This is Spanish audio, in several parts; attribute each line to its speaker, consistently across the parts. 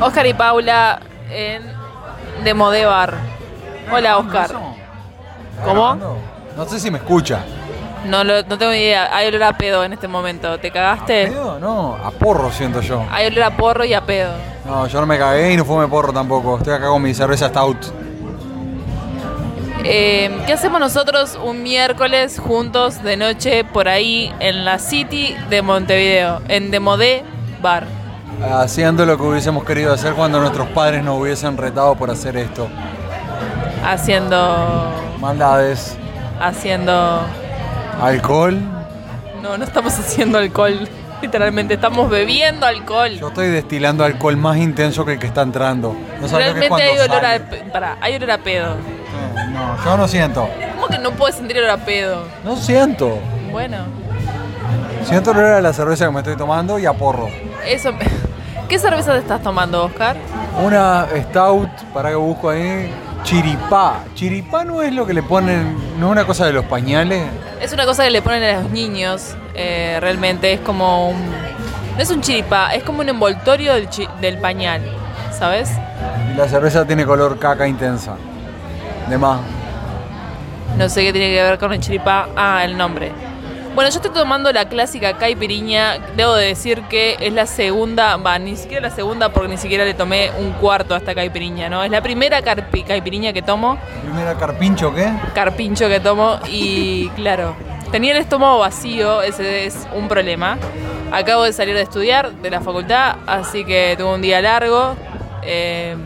Speaker 1: Oscar y Paula en de Modebar. Hola, Oscar. ¿Cómo?
Speaker 2: No sé si me escucha.
Speaker 1: No, lo- no tengo ni idea. Hay olor a pedo en este momento. ¿Te
Speaker 2: ¿A
Speaker 1: cagaste?
Speaker 2: pedo? No, a porro siento yo.
Speaker 1: Hay olor a porro y a pedo.
Speaker 2: No, yo no me cagué y no fumé porro tampoco. Estoy acá con mi cerveza Stout.
Speaker 1: Eh, ¿Qué hacemos nosotros un miércoles juntos de noche por ahí en la City de Montevideo? En Demodé Bar.
Speaker 2: Haciendo lo que hubiésemos querido hacer cuando nuestros padres nos hubiesen retado por hacer esto.
Speaker 1: Haciendo.
Speaker 2: Maldades,
Speaker 1: Haciendo.
Speaker 2: alcohol.
Speaker 1: No, no estamos haciendo alcohol. Literalmente, estamos bebiendo alcohol.
Speaker 2: Yo estoy destilando alcohol más intenso que el que está entrando. No sabes lo que es
Speaker 1: Realmente hay
Speaker 2: cuando
Speaker 1: olor a.
Speaker 2: sale.
Speaker 1: pe- Pará, hay olor a pedo.
Speaker 2: Eh, No, yo no siento.
Speaker 1: ¿Cómo que no puedes sentir olor a pedo?
Speaker 2: No siento.
Speaker 1: Bueno,
Speaker 2: Siento el olor a la cerveza que me estoy tomando y a porro.
Speaker 1: eso. me- ¿Qué cerveza te estás tomando, Oscar?
Speaker 2: Una stout, para que busco ahí, chiripá. Chiripá no es lo que le ponen, no es una cosa de los pañales.
Speaker 1: Es una cosa que le ponen a los niños, eh, realmente. Es como un. No es un chiripá, es como un envoltorio del, chi- del pañal, ¿sabes?
Speaker 2: Y la cerveza tiene color caca intensa. De más.
Speaker 1: No sé qué tiene que ver con el chiripá. Ah, el nombre. Bueno, yo estoy tomando la clásica caipiriña. Debo de decir que es la segunda, va, ni siquiera la segunda porque ni siquiera le tomé un cuarto a esta caipiriña, ¿no? Es la primera carpi- caipiriña que tomo,
Speaker 2: Primera carpincho, ¿qué?
Speaker 1: carpincho que tomo y claro, tenía el estómago vacío, ese es un problema. Acabo de salir de estudiar de la facultad, así que tuve un día largo. eh,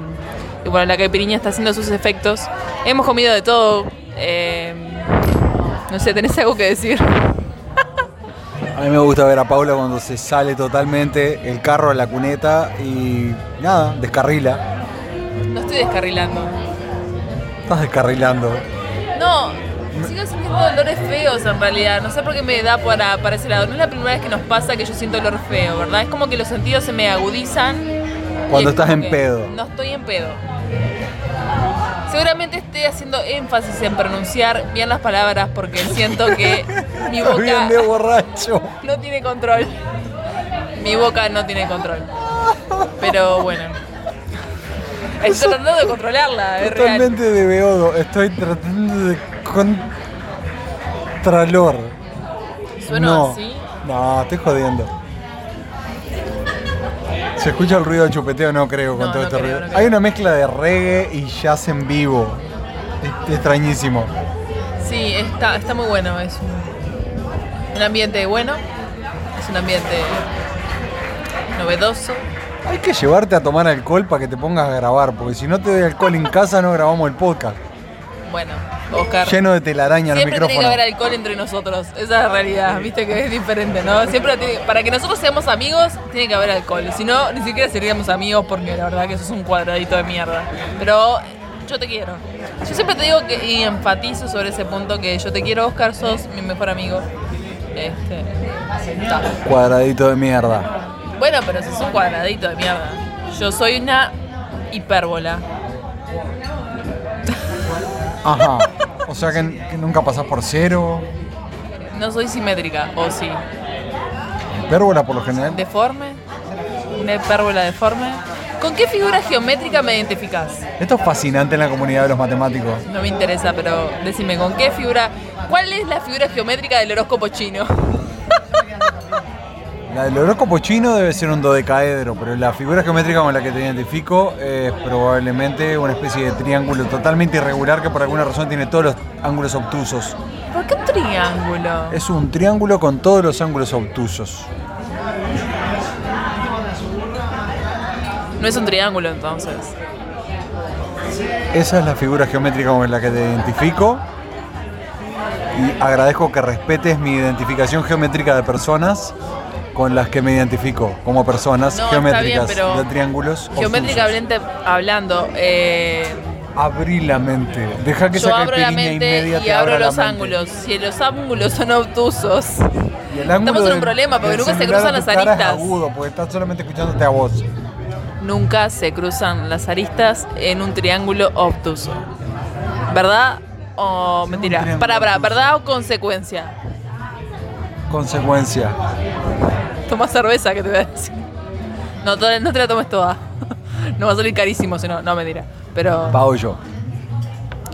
Speaker 1: y bueno, la caipiriña está haciendo sus efectos. Hemos comido de todo. eh, no sé, ¿tenés algo que decir?
Speaker 2: A mí me gusta ver a Paula cuando se sale totalmente el carro de la cuneta y nada, descarrila.
Speaker 1: No estoy descarrilando.
Speaker 2: Estás descarrilando.
Speaker 1: No, sigo sintiendo dolores feos en realidad. No sé por qué me da para, para ese lado. No es la primera vez que nos pasa que yo siento dolor feo, ¿verdad? Es como que los sentidos se me agudizan. y
Speaker 2: Cuando
Speaker 1: es
Speaker 2: estás
Speaker 1: como
Speaker 2: en
Speaker 1: que
Speaker 2: pedo.
Speaker 1: No estoy en pedo. Seguramente esté haciendo énfasis en pronunciar bien las palabras porque siento que mi
Speaker 2: Estás bien de
Speaker 1: boca
Speaker 2: borracho.
Speaker 1: no tiene control. Mi boca no tiene control. Pero bueno. Estoy tratando de controlarla, es real.
Speaker 2: Totalmente de beodo. Estoy tratando de contralor.
Speaker 1: ¿Sueno
Speaker 2: no.
Speaker 1: así?
Speaker 2: No, estoy jodiendo. ¿Se escucha el ruido de chupeteo? No creo con
Speaker 1: No,
Speaker 2: todo
Speaker 1: no
Speaker 2: este
Speaker 1: creo,
Speaker 2: ruido.
Speaker 1: no creo.
Speaker 2: Hay una mezcla de reggae y jazz en vivo. Es- es extrañísimo.
Speaker 1: Sí, está, está muy bueno, es un, un ambiente bueno, es un ambiente novedoso.
Speaker 2: Hay que llevarte a tomar alcohol para que te pongas a grabar, porque si no te doy alcohol en casa no grabamos el podcast.
Speaker 1: Bueno, Oscar.
Speaker 2: Lleno de telaraña en el
Speaker 1: Siempre tiene que
Speaker 2: micrófono.
Speaker 1: haber alcohol entre nosotros, esa es la realidad, viste que es diferente, ¿no? Siempre tiene- para que nosotros seamos amigos, tiene que haber alcohol, si no, ni siquiera seríamos amigos porque la verdad que sos un cuadradito de mierda. Pero yo te quiero. Yo siempre te digo que, y enfatizo sobre ese punto que yo te quiero, Oscar, sos mi mejor amigo. Este, ta.
Speaker 2: Cuadradito de mierda.
Speaker 1: Bueno, pero sos un cuadradito de mierda. Yo soy una hipérbola.
Speaker 2: Ajá. O sea que, que nunca pasás por cero.
Speaker 1: No soy simétrica, o sí.
Speaker 2: Hipérbola por lo general.
Speaker 1: ¿Deforme? ¿Una hipérbola deforme? ¿Con qué figura geométrica me identificás?
Speaker 2: Esto es fascinante en la comunidad de los matemáticos.
Speaker 1: No me interesa, pero decime, ¿con qué figura? ¿Cuál es la figura geométrica del horóscopo chino?
Speaker 2: La del horóscopo chino debe ser un dodecaedro, pero la figura geométrica con la que te identifico es probablemente una especie de triángulo totalmente irregular que por alguna razón tiene todos los ángulos obtusos.
Speaker 1: ¿Por qué un triángulo?
Speaker 2: Es un triángulo con todos los ángulos obtusos.
Speaker 1: No es un triángulo entonces.
Speaker 2: Esa es la figura geométrica con la que te identifico. Y agradezco que respetes mi identificación geométrica de personas con las que me identifico como personas
Speaker 1: No, está bien,
Speaker 2: geométricas
Speaker 1: pero
Speaker 2: de triángulos. obtusos.
Speaker 1: Geométricamente hablando, eh,
Speaker 2: Abrí la mente. Deja que
Speaker 1: yo
Speaker 2: esa
Speaker 1: abro la
Speaker 2: caipiriña
Speaker 1: mente
Speaker 2: inmedia
Speaker 1: y
Speaker 2: te
Speaker 1: abro
Speaker 2: abra
Speaker 1: los
Speaker 2: la mente.
Speaker 1: ángulos. Si los ángulos son obtusos,
Speaker 2: Y el ángulo
Speaker 1: Estamos en un
Speaker 2: del-
Speaker 1: problema, porque
Speaker 2: del
Speaker 1: nunca se
Speaker 2: celular
Speaker 1: cruzan
Speaker 2: de tu
Speaker 1: las
Speaker 2: cara
Speaker 1: aristas.
Speaker 2: Es agudo, porque estás solamente escuchándote a vos.
Speaker 1: Nunca se cruzan las aristas en un triángulo obtuso. ¿Verdad o mentira?
Speaker 2: triángulo
Speaker 1: Para, para,
Speaker 2: obtuso.
Speaker 1: ¿verdad o consecuencia?
Speaker 2: Consecuencia.
Speaker 1: Toma cerveza que te voy a decir. No, to- no te la tomes toda. Nos va a salir carísimo, si no, no me dirá. Pero.
Speaker 2: Pago yo.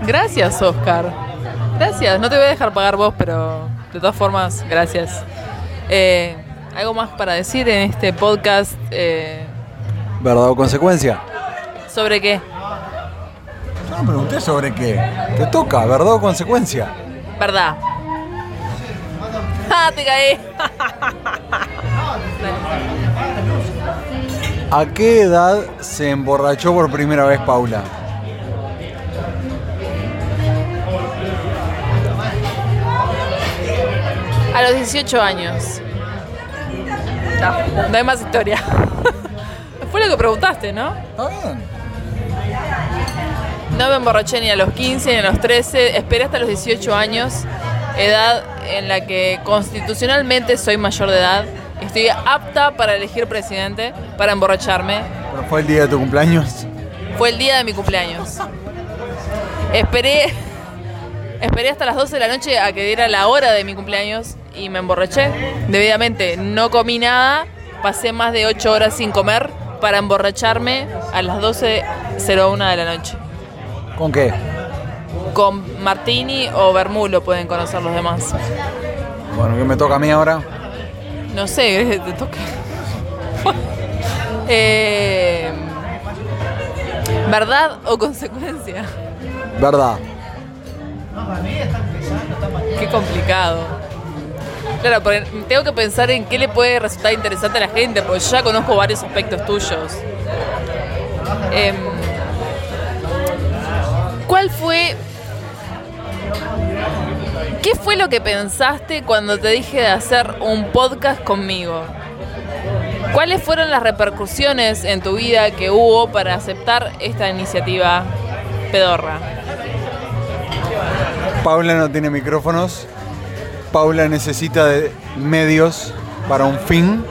Speaker 1: Gracias, Oscar. Gracias. No te voy a dejar pagar vos, pero de todas formas, gracias. Eh, ¿Algo más para decir en este podcast? eh,
Speaker 2: ¿Verdad o consecuencia?
Speaker 1: ¿Sobre qué?
Speaker 2: Yo no pregunté sobre qué. Te toca, ¿verdad o consecuencia?
Speaker 1: ¿Verdad? ¡Ah, te caí!
Speaker 2: ¿A qué edad se emborrachó por primera vez Paula?
Speaker 1: A los 18 años. No, no hay más historia. Fue lo que preguntaste, ¿no?
Speaker 2: Está bien.
Speaker 1: No me emborraché ni a los 15 ni a los 13, esperé hasta los 18 años, edad en la que constitucionalmente soy mayor de edad, estoy apta para elegir presidente, para emborracharme.
Speaker 2: ¿Pero fue el día de tu cumpleaños?
Speaker 1: Fue el día de mi cumpleaños. Esperé, esperé hasta las 12 de la noche a que diera la hora de mi cumpleaños y me emborraché debidamente. No comí nada, pasé más de 8 horas sin comer para emborracharme a las 12.01 de la noche.
Speaker 2: ¿Con qué?
Speaker 1: Con Martini o Bermulo pueden conocer los demás.
Speaker 2: Bueno, ¿qué me toca a mí ahora?
Speaker 1: No sé, ¿querés que te toque. Eh, ¿Verdad o consecuencia?
Speaker 2: ¿Verdad?
Speaker 1: Qué complicado. Claro, porque tengo que pensar en qué le puede resultar interesante a la gente, porque yo ya conozco varios aspectos tuyos. Em, ¿Cuál fue... ¿Qué fue lo que pensaste cuando te dije de hacer un podcast conmigo? ¿Cuáles fueron las repercusiones en tu vida que hubo para aceptar esta iniciativa pedorra?
Speaker 2: Paula no tiene micrófonos. Paula necesita de medios para un fin.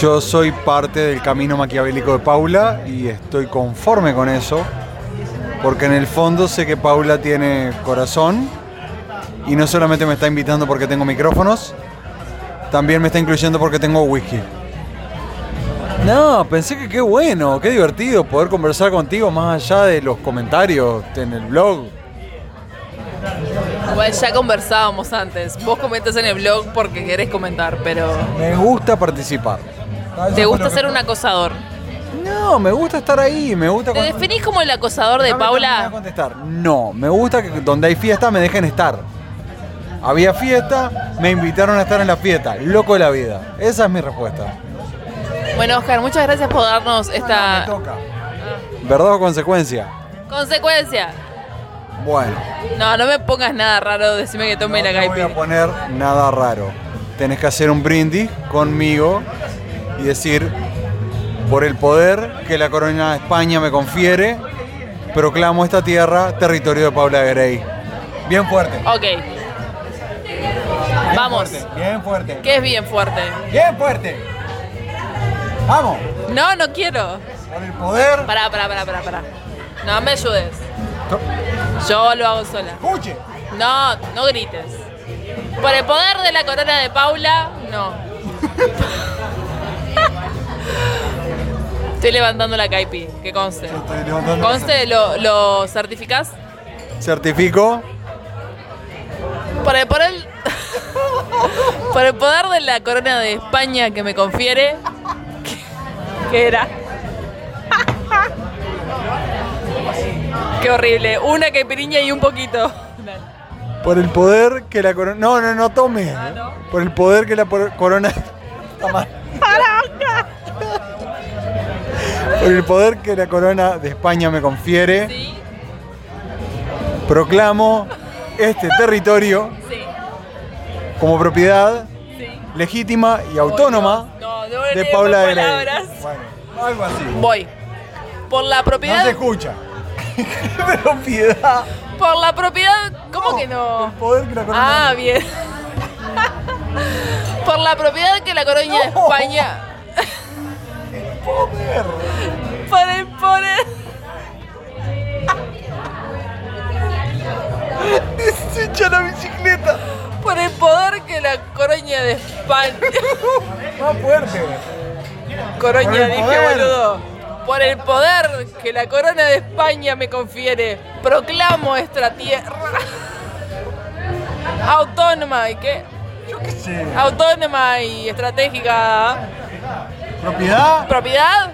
Speaker 2: Yo soy parte del camino maquiavélico de Paula y estoy conforme con eso. Porque en el fondo sé que Paula tiene corazón y no solamente me está invitando porque tengo micrófonos, también me está incluyendo porque tengo whisky. No, pensé que qué bueno, qué divertido poder conversar contigo más allá de los comentarios en el blog.
Speaker 1: Igual ya conversábamos antes. Vos comentas en el blog porque querés comentar, pero
Speaker 2: Me gusta participar.
Speaker 1: te gusta ser un acosador.
Speaker 2: No, me gusta estar ahí, me gusta
Speaker 1: ¿Te
Speaker 2: cuando-
Speaker 1: definís como el acosador de
Speaker 2: Déjame terminar de
Speaker 1: Paula?
Speaker 2: contestar. No, me gusta que donde hay fiesta me dejen estar. Había fiesta, me invitaron a estar en la fiesta. Loco de la vida. Esa es mi respuesta.
Speaker 1: Bueno, Oscar, muchas gracias por darnos
Speaker 2: Me
Speaker 1: esta
Speaker 2: toca. ¿Verdad o consecuencia?
Speaker 1: consecuencia.
Speaker 2: Bueno,
Speaker 1: No, no me pongas nada raro, decime que tome
Speaker 2: no
Speaker 1: la
Speaker 2: te voy a
Speaker 1: caipi.
Speaker 2: poner nada raro. Tenés que hacer un brindis conmigo y decir, por el poder que la corona de España me confiere, proclamo esta tierra territorio de Paula Grey. Bien fuerte.
Speaker 1: Ok. Vamos,
Speaker 2: Bien fuerte.
Speaker 1: que es bien fuerte.
Speaker 2: Bien fuerte. Vamos.
Speaker 1: No, no quiero.
Speaker 2: Por el poder.
Speaker 1: Pará, pará, pará, pará, pará. No me ayudes. Yo lo hago sola.
Speaker 2: Escuche.
Speaker 1: No, no grites. Por el poder de la corona de Paula, no. Estoy levantando la caipi, que conste.
Speaker 2: Estoy levantando-
Speaker 1: Conste, ¿lo, lo certificás?
Speaker 2: Certifico.
Speaker 1: Por el, por, el, por el poder de la corona de España que me confiere. ¿Qué, qué era? Qué horrible. Una caipiriña y un poquito.
Speaker 2: Por el poder que la corona. No, no, no tome.
Speaker 1: Ah,
Speaker 2: Por el poder que la por- corona. Está mal. Por el poder que la corona de España me confiere,
Speaker 1: Sí,
Speaker 2: proclamo este territorio
Speaker 1: sí,
Speaker 2: como propiedad
Speaker 1: sí.
Speaker 2: legítima y autónoma
Speaker 1: No, no, no
Speaker 2: de
Speaker 1: leo
Speaker 2: Paula
Speaker 1: más
Speaker 2: de
Speaker 1: palabras.
Speaker 2: Bueno, algo así.
Speaker 1: Voy. Por la
Speaker 2: No
Speaker 1: propiedad.
Speaker 2: se escucha. ¡Qué propiedad!
Speaker 1: por la propiedad. ¿Cómo que no?
Speaker 2: El poder que la corona.
Speaker 1: Ah, bien. por la propiedad que la coroña de
Speaker 2: No.
Speaker 1: España.
Speaker 2: Poder.
Speaker 1: Por el poder.
Speaker 2: Desecha la bicicleta.
Speaker 1: Por el poder que la coroña de España.
Speaker 2: Más fuerte.
Speaker 1: coroña,
Speaker 2: Por el
Speaker 1: dije,
Speaker 2: poder.
Speaker 1: boludo. Por el poder que la corona de España me confiere, proclamo esta tierra autónoma y qué?
Speaker 2: Yo qué sé.
Speaker 1: Autónoma y estratégica
Speaker 2: Propiedad
Speaker 1: propiedad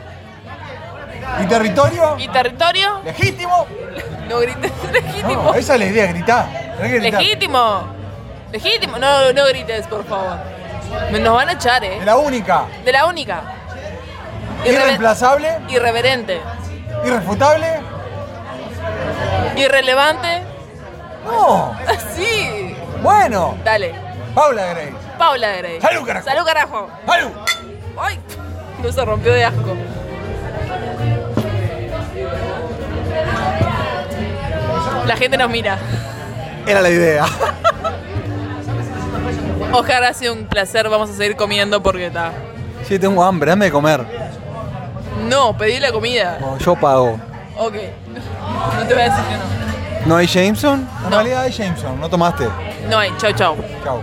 Speaker 2: y territorio
Speaker 1: y territorio.
Speaker 2: legítimo.
Speaker 1: No grites, legítimo.
Speaker 2: No, esa es la idea, gritar.
Speaker 1: Legítimo. Legítimo. No, no grites, por favor. Me- Nos van a echar,
Speaker 2: Es
Speaker 1: ¿eh?
Speaker 2: la única.
Speaker 1: De la única. Irrever-
Speaker 2: Irreemplazable,
Speaker 1: Irreverente.
Speaker 2: irrefutable.
Speaker 1: Irrelevante.
Speaker 2: No.
Speaker 1: Sí.
Speaker 2: Bueno.
Speaker 1: Dale.
Speaker 2: Paula Grace.
Speaker 1: Paula Grey.
Speaker 2: Salud, carajo.
Speaker 1: Salud, carajo.
Speaker 2: ¡Salud!
Speaker 1: Ay, no se rompió de asco. La gente nos mira.
Speaker 2: Era la idea.
Speaker 1: Ojalá ha sido un placer. Vamos a seguir comiendo porque está.
Speaker 2: Sí, tengo hambre, dame de comer.
Speaker 1: No, pedí la comida.
Speaker 2: No, yo pago.
Speaker 1: Ok. No te voy a decir que no.
Speaker 2: ¿No hay Jameson? En
Speaker 1: No.
Speaker 2: realidad hay Jameson, no tomaste.
Speaker 1: No hay. Chau, chau.
Speaker 2: Chau.